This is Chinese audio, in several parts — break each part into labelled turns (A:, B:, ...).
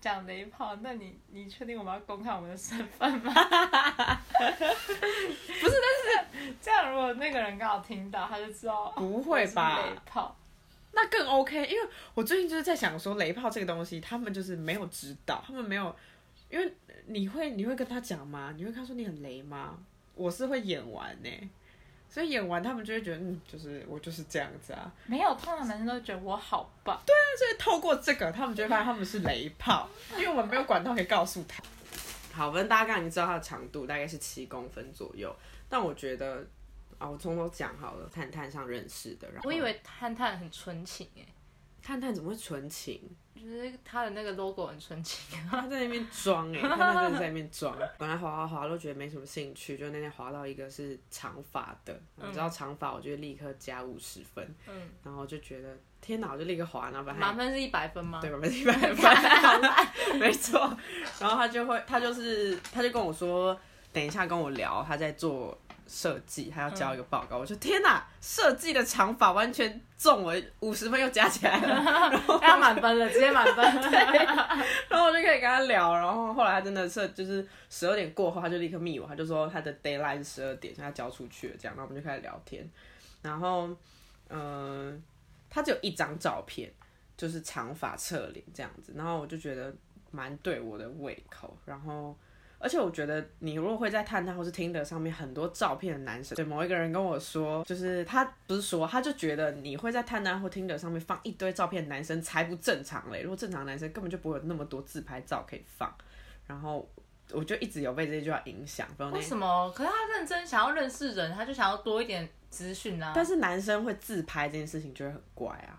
A: 讲雷炮，那你你确定我们要公开我们的身份吗？不是，但是这样如果那个人刚好听到，他就知道
B: 不会
A: 哦
B: 吧
A: 我是雷炮，
B: 那更 OK，因为我最近就是在想说雷炮这个东西，他们就是没有指导，他们没有，因为你会你会跟他讲吗？你会跟他说你很雷吗？我是会演完呢、所以演完他们就会觉得嗯，就是我就是这样子啊。
A: 没有，通常男生都觉得我好 棒。
B: 所以透过这个，他们就会发现他们是雷炮，因为我们没有管道可以告诉他。好，反正大家刚刚已经知道它的长度大概是七公分左右，但我觉得啊，我从头讲好了，探探上认识的，然后
C: 我以为探探很纯情哎、
B: 探探怎么会纯情？
C: 就是他的那个 logo 很纯情，
B: 他在那边装哎，他那真的在那边装。本来滑滑滑都觉得没什么兴趣，就那天滑到一个是长发的，你知道长发，我就立刻加五十分，
C: 嗯，
B: 然后就觉得天哪，我就立刻滑，然后把它
C: 满分是一百分吗？
B: 对，百分之一百分，没错。然后他就会，他就是，他就跟我说，等一下跟我聊，他在做设计，他要交一个报告。我说天哪，设计的长法完全中我五十分又加起来了。
C: 他满分了，直接满 分。
B: 然后我就可以跟他聊，然后后来他真的是就是十二点过后，他就立刻密我，他就说他的 deadline 是十二点，所以他交出去了，这样，然后我们就开始聊天，然后嗯、呃他只有一张照片，就是长发侧脸这样子，然后我就觉得蛮对我的胃口，然后。而且我觉得，你如果会在探探或是听的上面很多照片的男生，对某一个人跟我说，就是他不是说，他就觉得你会在探探或听的上面放一堆照片，的男生才不正常嘞。如果正常的男生根本就不会有那么多自拍照可以放。然后我就一直有被这句话影响，不知道那
C: 为什么？可是他认真想要认识人，他就想要多一点资讯啊。
B: 但是男生会自拍这件事情就会很怪啊。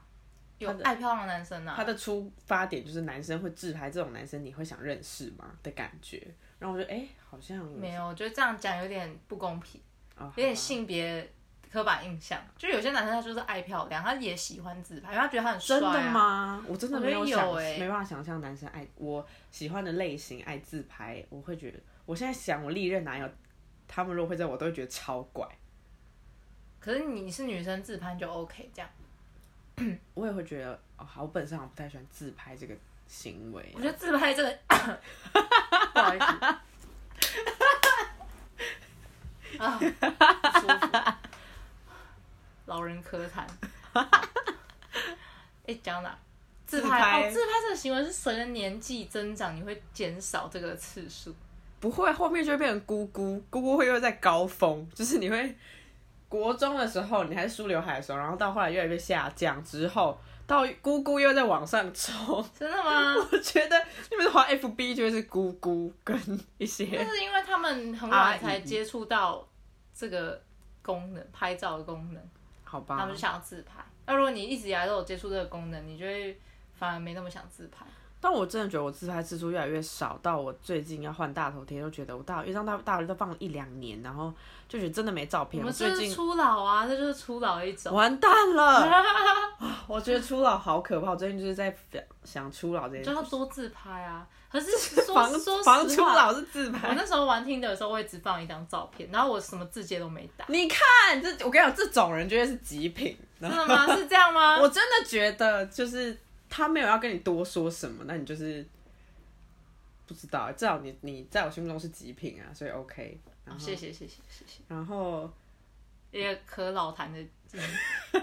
C: 有爱漂亮的男生啊
B: 他，的出发点就是男生会自拍，这种男生你会想认识吗的感觉。然后我就哎、好像
C: 没有，我觉得这样讲有点不公平，
B: 哦
C: 有点性别刻板印象。就有些男生他就是爱漂亮，他也喜欢自拍，因为他觉得他很帅、啊。
B: 真的？吗？我真的没
C: 我觉得
B: 想，
C: 有欸
B: 没办法想象男生爱我喜欢的类型爱自拍，我会觉得，我现在想我历任男友，他们如果会在我都会觉得超怪，
C: 可是你是女生自拍就 OK 这样，
B: 我也会觉得哦，好，我本身好像不太喜欢自拍这个行为
C: 我。觉得自拍这个， 不好意思， 啊，不舒服，老人咳痰。 哎、讲到哪？自
B: 自拍
C: 拍哦，自拍这个行为是随着年纪增长，你会减少这个次数。
B: 不会，后面就会变成姑姑，姑姑会又在高峰，就是你会国中的时候你还是梳刘海的时候，然后到后来越来越下降之后，到姑姑又在往上冲。
C: 真的 吗？
B: 我觉得你们滑 FB 就会是姑姑跟一
C: 但
B: 些，
C: 是因为他们很晚才接触到这个功能，拍照的功能，
B: 好吧，
C: 他们就想要自拍。那如果你一直以来都有接触这个功能，你就会反而没那么想自拍。
B: 但我真的觉得我自拍次数越来越少，到我最近要换大头贴，都觉得我大一张大大头贴都放了一两年，然后就觉得真的没照
C: 我
B: 片。我
C: 们
B: 最
C: 就是
B: 近
C: 初老啊，这就是初老一种。
B: 完蛋了，我觉得初老好可怕。我最近就是在想想初老这件
C: 就
B: 事
C: 要，多自拍啊！可是 说
B: 防
C: 说
B: 防
C: 实
B: 初
C: 话，
B: 老是自
C: 我
B: 拍。
C: 那时候玩听的时候，我也只放一张照片，然后我什么字节都没 打。
B: 你看这，我跟你讲，这种人绝对是极品。
C: 真的吗？是这样吗？
B: 我真的觉得就是他没有要跟你多说什么，那你就是不知道，至少你你在我心目中是极品啊，所以 OK。然
C: 哦
B: 后
C: 谢谢谢谢谢谢，
B: 然后
C: 也可老谈的，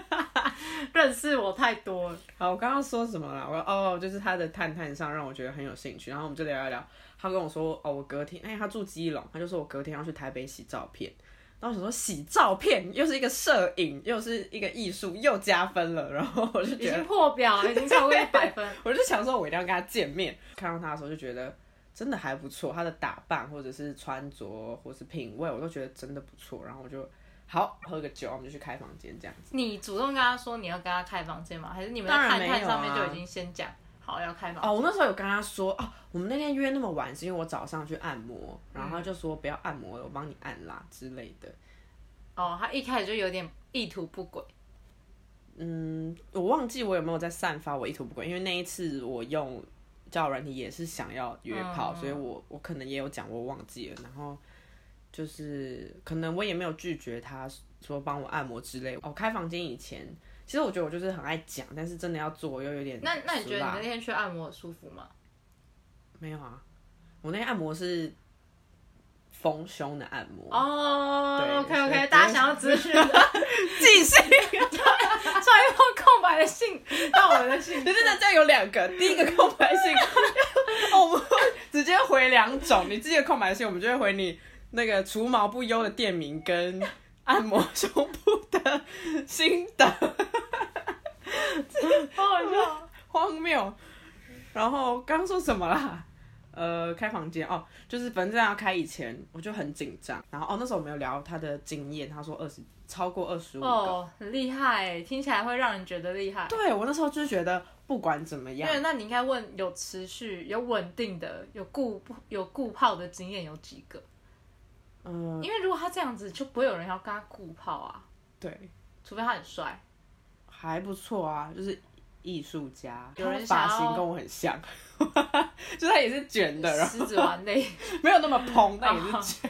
C: 认识我太多了。
B: 好，我刚刚说什么了？我哦，就是他的探探上让我觉得很有兴趣，然后我们就聊一聊。他跟我说，哦，我隔天，哎、他住基隆，他就说我隔天要去台北洗照片。然后我想说洗照片又是一个摄影，又是一个艺术，又加分了。然后我就觉
C: 已经
B: 得，
C: 破表了，已经超过一百分。
B: 我就想说，我一定要跟他见面。看到他的时候就觉得真的还不错，他的打扮或者是穿着或是品味，我都觉得真的不错。然后我就好喝个酒，我们就去开房间这样。
C: 你主动跟他说你要跟他开房间吗？还是你们在
B: 当然
C: 探
B: 没
C: 探
B: 有
C: 上面
B: 啊
C: 就已经先讲好要开房？
B: 哦，我那时候有跟他说，哦，我们那天约那么晚是因为我早上去按摩，然后他就说不要按摩了，我帮你按啦之类的。
C: 哦，他一开始就有点意图不轨。
B: 嗯，我忘记我有没有在散发我意图不轨，因为那一次我用交友软体也是想要约炮，
C: 嗯
B: 所以我我可能也有讲，我忘记了。然后就是可能我也没有拒绝他说帮我按摩之类。哦，开房间以前，其实我觉得我就是很爱讲，但是真的要做又有点
C: 那那你
B: 俗
C: 觉得
B: 辣
C: 你那天去按摩舒服吗？
B: 没有啊，我那个按摩是丰胸的按摩。对
C: 哦，OK
B: 所以不
C: OK，
B: 会
C: 大家想要资讯 的，
B: 继续，
C: 穿一波空白的信到我们的信，
B: 真的这样有两个，第一个空白信，哦， 我们会直接回两种，你自己的空白信，我们就会回你那个除毛不优的店名跟按摩胸部的心得。
A: 好好笑。
B: 荒谬。然后刚说什么啦？呃，开房间哦，就是反正要开以前我就很紧张。然后哦，那时候我们有聊他的经验，他说二十超过二十五个。
C: 哦，很厉害，听起来会让人觉得厉害。
B: 对我那时候就是觉得不管怎么样
C: 对，，那你应该问有持续、有稳定的、有固有固炮的经验有几个？
B: 嗯、
C: 因为如果他这样子，就不会有人要跟他固炮啊，
B: 对，
C: 除非他很帅。
B: 还不错啊，就是艺术家，
C: 有人
B: 他
C: 想
B: 的
C: 要
B: 发型跟我很像， 就是他也是卷 的，然后
C: 狮子 丸
B: 啊
C: 类，
B: 没有那么蓬，但也是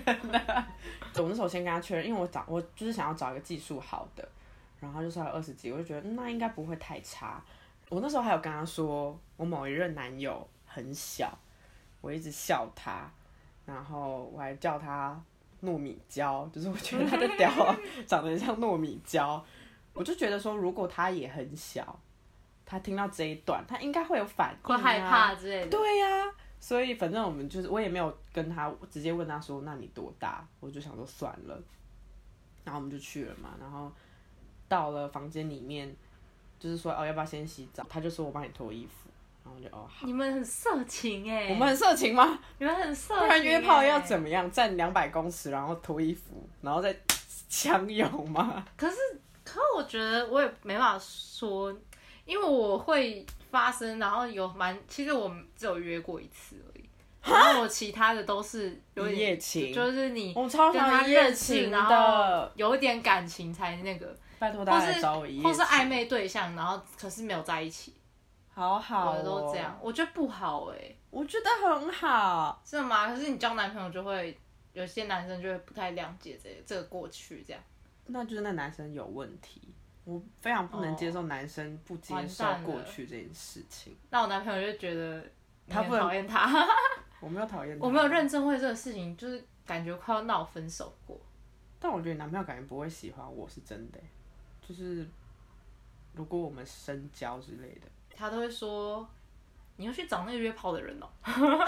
B: 我那时候先跟他确认，因为我找我就是想要找一个技术好的，然后他就说有二十几，我就觉得嗯那应该不会太差。我那时候还有跟他说，我某一任男友很小，我一直笑他，然后我还叫他糯米椒，就是我觉得他的屌 啊长得很像糯米椒，我就觉得说如果他也很小，他听到这一段，他应该会有反应、
C: 会
B: 啊，
C: 害怕之类的。
B: 对呀、所以反正我们就是，我也没有跟他直接问他说，那你多大？我就想说算了，然后我们就去了嘛，然后到了房间里面，就是说哦要不要先洗澡？他就说我帮你脱衣服，然后我就哦好。
C: 你们很色情哎、
B: 我们很色情吗？
C: 你们很色情、
B: 不
C: 欸，
B: 然约炮要怎？么样？站两百公尺，然后脱衣服，然后再枪友 吗？
C: 可是，可我觉得我也没办法说，因为我会发生，然后有蛮，其实我只有约过一次而已，然后我其他的都是有
B: 一
C: 点
B: 夜情，
C: 就是你
B: 我超
C: 跟他
B: 想
C: 认
B: 夜
C: 识，
B: 情
C: 然后
B: 的，
C: 有一点感情才那个，
B: 拜托
C: 或
B: 大家来
C: 是
B: 找我一夜情，
C: 或是暧昧对象，然后可是没有在一起，
B: 好好、
C: 我
B: 哦，
C: 的都这样，，我觉得不好哎、欸，
B: 我觉得很好。
C: 真的吗？可哦是你交男朋友就会。有些男生就会不太谅解这这个过去，这样
B: 那就是那男生有问题，我非常不能接受男生不接受过去这件事情。
C: 那我男朋友就觉得你
B: 他
C: 很
B: 不能
C: 讨厌他，
B: 我没有讨厌他，
C: 我没有认真为这个事情，就是感觉快要闹分手过。
B: 但我觉得你男朋友感觉不会喜欢我是真的欸、就是如果我们深交之类的，
C: 他都会说，你要去找那个约炮的人哦、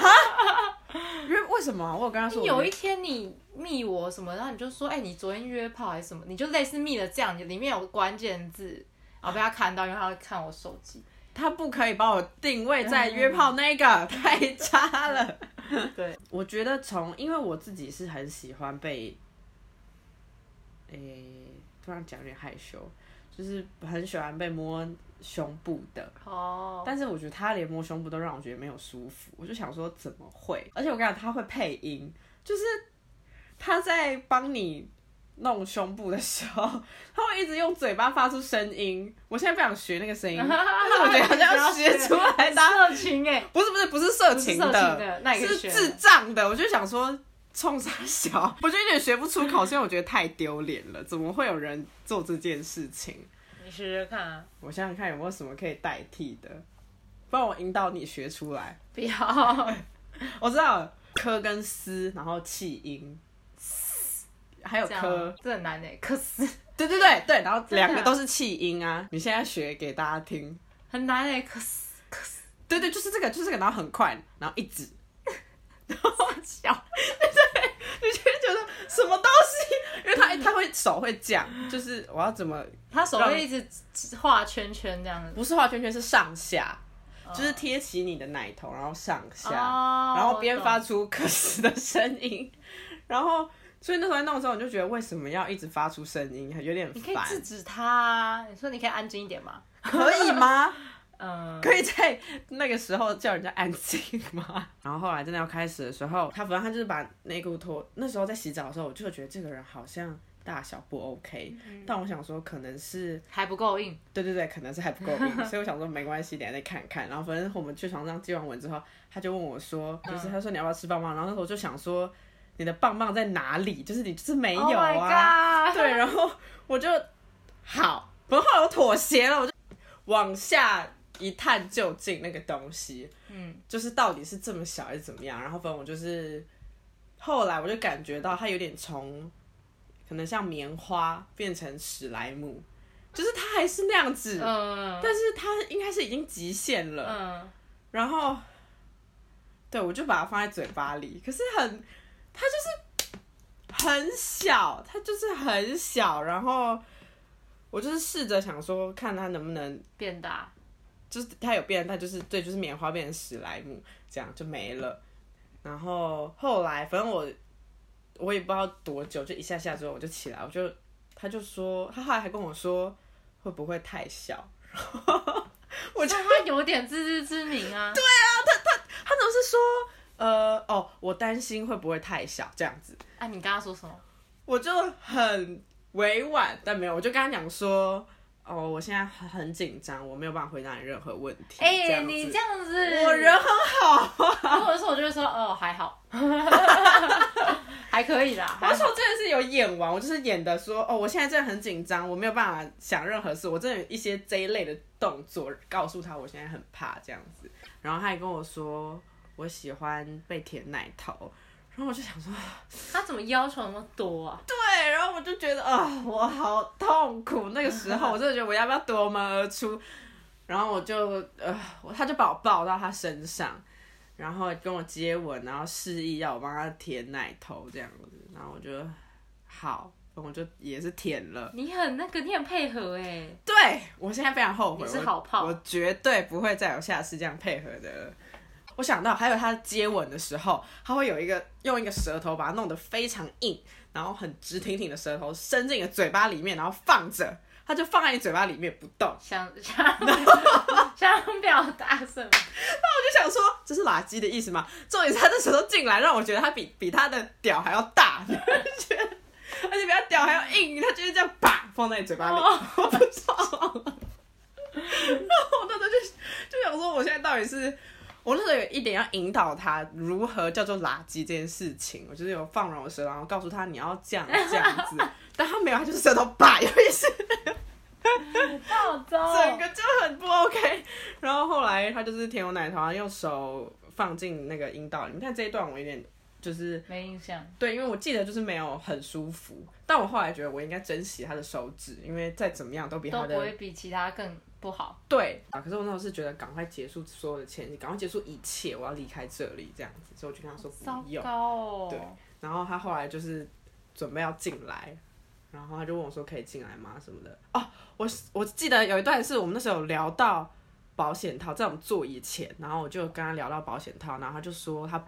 B: 因为为什么啊、我有跟他说
C: 你
B: 我，
C: 有一天你密我什么，然后你就说，哎、你昨天约炮还是什么？你就类似密了这样，里面有关键字，然后被他看到，因为他会看我手机。
B: 他不可以把我定位在约炮那个，太差了。
C: 对，
B: 我觉得从因为我自己是很喜欢被，诶、突然讲有点害羞，就是很喜欢被摸胸部的。
C: 哦，
B: 但是我觉得他连摸胸部都让我觉得没有舒服，我就想说怎么会？而且我跟你讲，他会配音，就是他在帮你弄胸部的时候， 他会一直用嘴巴发出声音。我现在不想学那个声音，但是我觉得好像要学出来的啊。
C: 色情哎、
B: 不是不是不是色情
C: 不是色情的那也可以
B: 是
C: 学
B: 智障的。我就想说，冲啥小， 我就有点学不出口，所以我觉得太丢脸了。怎么会有人做这件事情？
C: 你试试看啊！
B: 我想想看有没有什么可以代替的，不然我引导你学出来。
C: 不要，
B: 我知道了科跟斯，然后气音，还有
C: 这样
B: 科，
C: 这很难哎、可是
B: 对对对对，然后
C: 真的啊
B: 两个都是气音啊。你现在学给大家听，
C: 很难哎、可是可是
B: 对对，就是这个，就是这个，然后很快，然后一直，
C: 小，
B: 你就会觉得什么东西？因为
C: 嗯
B: 他他会手会这样，就是我要怎么，
C: 他手会一直画圈圈这样子。
B: 不是画圈圈，是上下。就是贴起你的奶头，然后上下，
C: 哦
B: 然后边发
C: 我
B: 出可嘶的声音， 然后所以那时候在弄的时候，我就觉得为什么要一直发出声音，有点
C: 你可以
B: 烦，
C: 制止他啊，你说你可以安静一点吗？
B: 可以 吗？
C: 嗯，
B: 可以在那个时候叫人家安静吗？ 然后后来真的要开始的时候，他反正他就是把内裤脱。那时候在洗澡的时候，我就觉得这个人好像大小不 OK，、但我想说可能是
C: 还不够硬，
B: 对对对，可能是还不够 硬，所以我想说没关系，等一下再看看。然后反正我们去床上接完吻之后，他就问我说，就是他说你要不要吃棒棒？然后那时候我就想说，你的棒棒在哪里？就是你就是没有
C: Oh
B: 啊。
C: my god！
B: 对，然后我就好，不过后来我妥协了，我就往下一探究竟那个东西，
C: 嗯，
B: 就是到底是这么小还是怎么样。然后反正我就是后来我就感觉到它有点从可能像棉花变成史莱姆，就是它还是那样子，
C: 嗯
B: 但是它应该是已经极限了。
C: 嗯，
B: 然后，对我就把它放在嘴巴里，可是很，它就是很小，它就是很小。然后我就是试着想说，看它能不能，
C: 变大，
B: 就是它有变，但就是对，就是棉花变成史莱姆，这样就没了。然后后来，反正我我也不知道多久，就一下下之后我就起来，我就他就说，他后来还跟我说会不会太小，
C: 我觉得他有点自知之明啊。对，
B: 他总是说，呃，哦，我担心会不会太小这样子，
C: 啊，你刚刚说什么？
B: 我就很委婉，但没有，我就跟他讲说，哦，我现在很很紧张，我没有办法回答你任何问题。
C: 哎、
B: 这样子
C: 你这样子，
B: 我人很
C: 如果是我就会说，哦，还好， 还可以啦，
B: 保
C: 还
B: 守
C: 好。
B: 真的是有演完，我就是演的说，哦，我现在真的很紧张，我没有办法想任何事，我真的有一些这一类的动作告诉他我现在很怕这样子，然后他还跟我说我喜欢被舔奶头，然后我就想说。
C: 他怎么要求那么多啊？
B: 对，然后我就觉得啊、我好痛苦。那个时候，我真的觉得我要不要夺门而出？然后我就呃，我他就把我抱到他身上，然后跟我接吻，然后示意要我帮他舔奶头这样子。然后我就好，我就也是舔了。
C: 你很那个，你很配合哎、
B: 对我现在非常后悔，
C: 你是
B: 我
C: 好炮
B: 我绝对不会再有下次这样配合的了。我想到还有他接吻的时候，他会有一个用一个舌头把它弄得非常硬，然后很直挺挺的舌头伸进你的嘴巴里面，然后放着，他就放在你嘴巴里面不动。
C: 想 想想表达什么？
B: 我就想说这是垃圾的意思吗？重点是他的舌头进来，让我觉得他比比他的屌还要大， 你会觉得而且比他屌还要硬，他就是这样啪放在你嘴巴里，
C: 哦
B: 我不爽。然后我那时候就就想说，我现在到底是我那时候有一点要引导他如何叫做垃圾这件事情，我就是有放软我舌头，然后告诉他你要这样这样子，但他没有，他就是舌头啪，有一次
C: 好糟
B: 整
C: 哦、
B: 个就很不 OK。然后后来他就是舔我奶头，然后用手放进那个阴道里面。但这一段我有点就是
C: 没印象。
B: 对，因为我记得就是没有很舒服。但我后来觉得我应该珍惜他的手指，因为再怎么样都比
C: 都
B: 他
C: 不会
B: 的
C: 比其他更不好。
B: 对啊。可是我那时候是觉得赶快结束所有的前提，赶快结束一切，我要离开这里这样子。所以我就跟他说
C: 糟
B: 不用。
C: 糕哦！
B: 对然后他后来就是准备要进来，然后他就问我说可以进来吗什么的。哦，我我记得有一段是我们那时候有聊到保险套，在我们做以前，然后我就跟他聊到保险套，然后他就说他。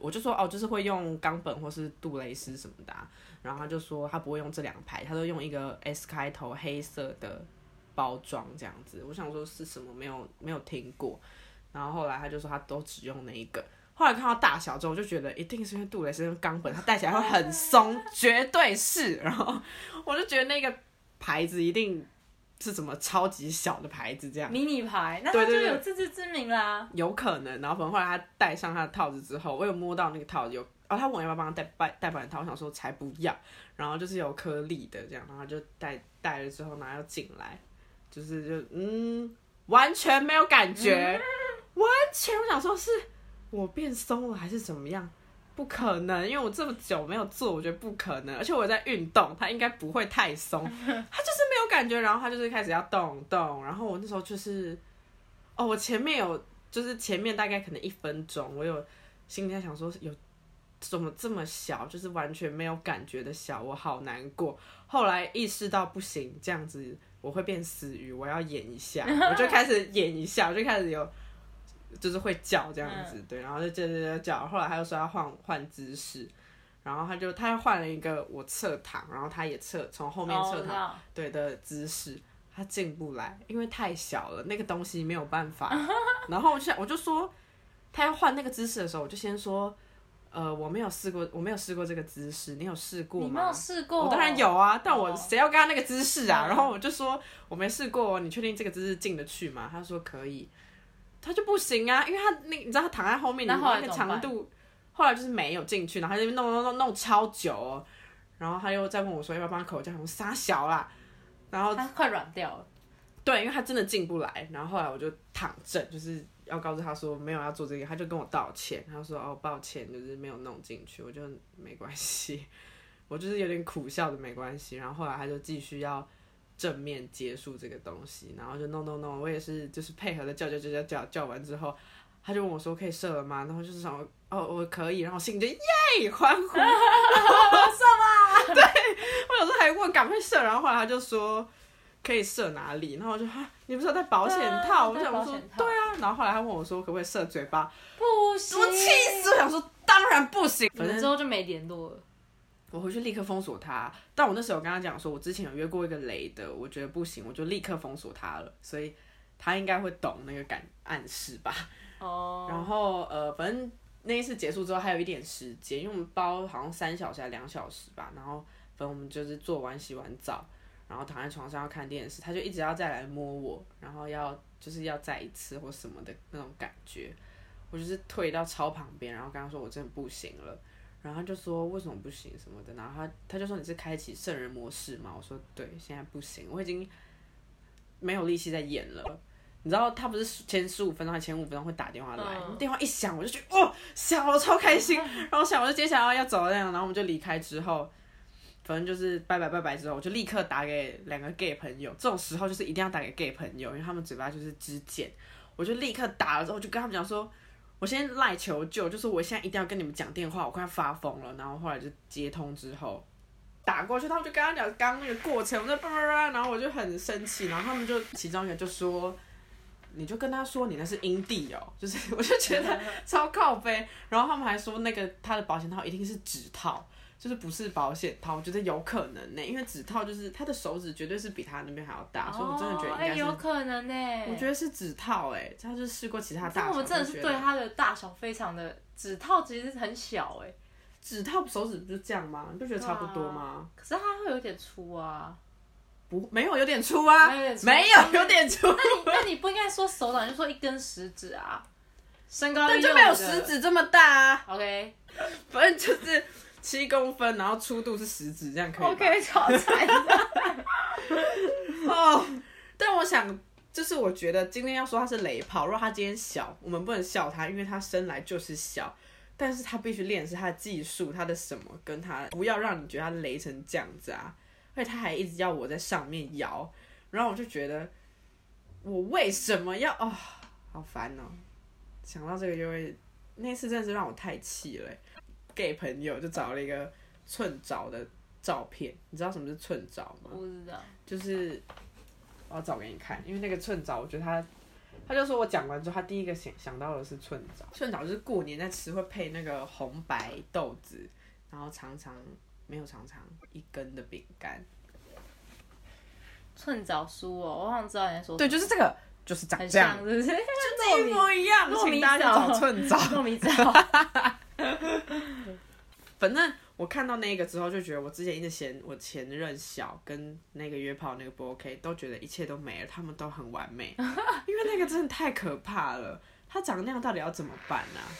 B: 我就说哦，就是会用冈本或是杜蕾斯什么的啊、然后他就说他不会用这两排，他都用一个 S 开头黑色的包装这样子。我想说是什么，没有没有听过。然后后来他就说他都只用那一个。后来看到大小之后，我就觉得一定是因为杜蕾斯跟冈本，它戴起来会很松，绝对是。然后我就觉得那个牌子一定是什么超级小的牌子这样，
C: 迷你牌，那
B: 对
C: 他就
B: 对对
C: 有自知之明啦。
B: 有可能。然后反正后来他戴上他的套子之后，我有摸到那个套子有，哦，他问我要不要帮他戴戴戴保险套，我想说才不要。然后就是有颗粒的这样，然后就戴戴了之后，然后要进来，就是就嗯，完全没有感觉，完全我想说是我变松了还是怎么样？不可能，因为我这么久没有做，我觉得不可能。而且我在运动，它应该不会太松，它就是没有感觉。然后它就是开始要动动，然后我那时候就是，哦，我前面有，就是前面大概可能一分钟，我有心里在想说有怎么这么小，就是完全没有感觉的小，我好难过。后来意识到不行，这样子我会变死鱼，我要演一下，我就开始演一下，我就开始有就是会叫这样子，对，然后就叫叫叫叫，后来他又说要换换姿势。然后他就他换了一个我侧躺，然后他也侧从后面
C: 哦
B: 侧
C: 我
B: 躺
C: 知道
B: 对的姿势，他进不来，因为太小了，那个东西没有办 法。然后我就想我就说，他要换那个姿势的时候，我就先说，呃，我没有试过，我没有试过这个姿势，你有试过吗？
C: 你没有试过？
B: 我当然有啊，但我
C: 哦
B: 谁要跟他那个姿势啊？
C: 嗯
B: 然后我就说我没试过哦，你确定这个姿势进得去吗？他说可以，他就不行啊，因为他那你知道他躺在后面，你
C: 那后来
B: 那个
C: 怎么
B: 长
C: 办
B: 度，后来就是没有进去，然后他就弄弄弄弄超久、哦，然后他又再问我说要不要帮他口交，我说傻小啦，然后
C: 它快软掉了。
B: 对，因为他真的进不来，然后后来我就躺正，就是要告诉他说没有要做这个，他就跟我道歉，他说哦抱歉，就是没有弄进去，我就没关系，我就是有点苦笑的没关系，然后后来他就继续要。正面结束这个东西，然后就弄弄弄，我也是就是配合的叫叫叫叫叫叫完之后，他就问我说可以射了吗？然后就是想说哦我可以，然后我心里就耶欢呼，然后 我想说还问赶快射，然后后来他就说可以射哪里，然后我就哈你不是有戴保险套？我
C: 对啊
B: 想
C: 戴保
B: 说
C: 险套
B: 对啊，然后后来他问我说可不可以射嘴巴，
C: 不行，
B: 我气死，我想说当然不行，
C: 你
B: 反
C: 们
B: 正
C: 之后就没联络了。
B: 我回去立刻封锁他。但我那时候跟他讲说，我之前有约过一个雷的，我觉得不行，我就立刻封锁他了。所以他应该会懂那个感暗示吧。
C: 哦，
B: 然后呃，反正那一次结束之后还有一点时间，因为我们包好像三小时还两小时吧。然后反正我们就是做完洗完澡，然后躺在床上要看电视，他就一直要再来摸我，然后要就是要再一次或什么的那种感觉。我就是退到超旁边，然后跟他说我真的不行了，然后他就说为什么不行什么的，然后他他就说你是开启圣人模式嘛，我说对，现在不行，我已经没有力气在演了。你知道他不是前十五分钟还前五分钟会打电话来，
C: 嗯
B: 电话一响我就觉得哦响了超开心，然后想我就接下来要走了那样，然后我们就离开之后，反正就是拜拜拜拜之后，我就立刻打给两个 gay 朋友，这种时候就是一定要打给 gay 朋友，因为他们嘴巴就是之见，我就立刻打了之后我就跟他们讲说。我先赖求救，就是我现在一定要跟你们讲电话，我快发疯了。然后后来就接通之后打过去，他们就跟他讲刚刚那个过程，我在叭叭叭，然后我就很生气，然后他们就其中一个就说，你就跟他说你那是阴蒂哦， 就是我就觉得超靠背。然后他们还说那个他的保险套一定是指套。就是不是保险套，我觉得有可能呢、因为指套就是他的手指绝对是比他那边还要大，所以我真的觉得
C: 哦
B: 应
C: 哎
B: 该是，
C: 有可能呢。
B: 我觉得是指套哎、他就试过其他大
C: 但
B: 小，
C: 我们真的是
B: 觉
C: 对
B: 得
C: 它的大小非常的指套其实很小哎，
B: 指套手指不是这样吗？你不觉得差不多吗？
C: 可是它会有点粗啊。
B: 不，没有，有点粗啊，
C: 没有有点粗
B: 没有，有点粗，
C: 那你那你不应该说手掌，你就说一根食指啊，身高
B: 但
C: 利
B: 就
C: 用
B: 没有
C: 的
B: 食。指这么大啊，
C: OK
B: 反正就是七公分，然后粗度是食指，这样可以吗
C: OK，超惨的。
B: 哦，但我想，就是我觉得今天要说他是雷炮，如果他今天小，我们不能笑他，因为他生来就是小。但是他必须练的是他的技术，他的什么，跟他不要让你觉得他雷成这样子啊！而且他还一直要我在上面摇，然后我就觉得我为什么要哦，好烦哦！想到这个就会，那次真的是让我太气了欸。gay 朋友就找了一个寸爪的照片，你知道什么是寸爪吗
C: 我？不知道，
B: 就是我要找给你看，因为那个寸枣，我觉得他，他就说我讲完之后，他第一个想想到的是寸枣。寸枣就是过年在吃，会配那个红白豆子，然后长长没有长长一根的饼干。
C: 寸枣酥哦，我好像知道你在说什么，
B: 对，就是这个，就是长
C: 很
B: 这样
C: 像，，是不 是？
B: 就是一模一样。
C: 糯米
B: 请大家去
C: 枣
B: 找寸枣。
C: 糯米枣，
B: 反正我看到那个之后，就觉得我之前一直嫌我前任小，跟那个约炮那个不 OK，都觉得一切都没了，他 们都很完美，因为那个真的太可怕了。他长那样到底要怎么办呢、啊？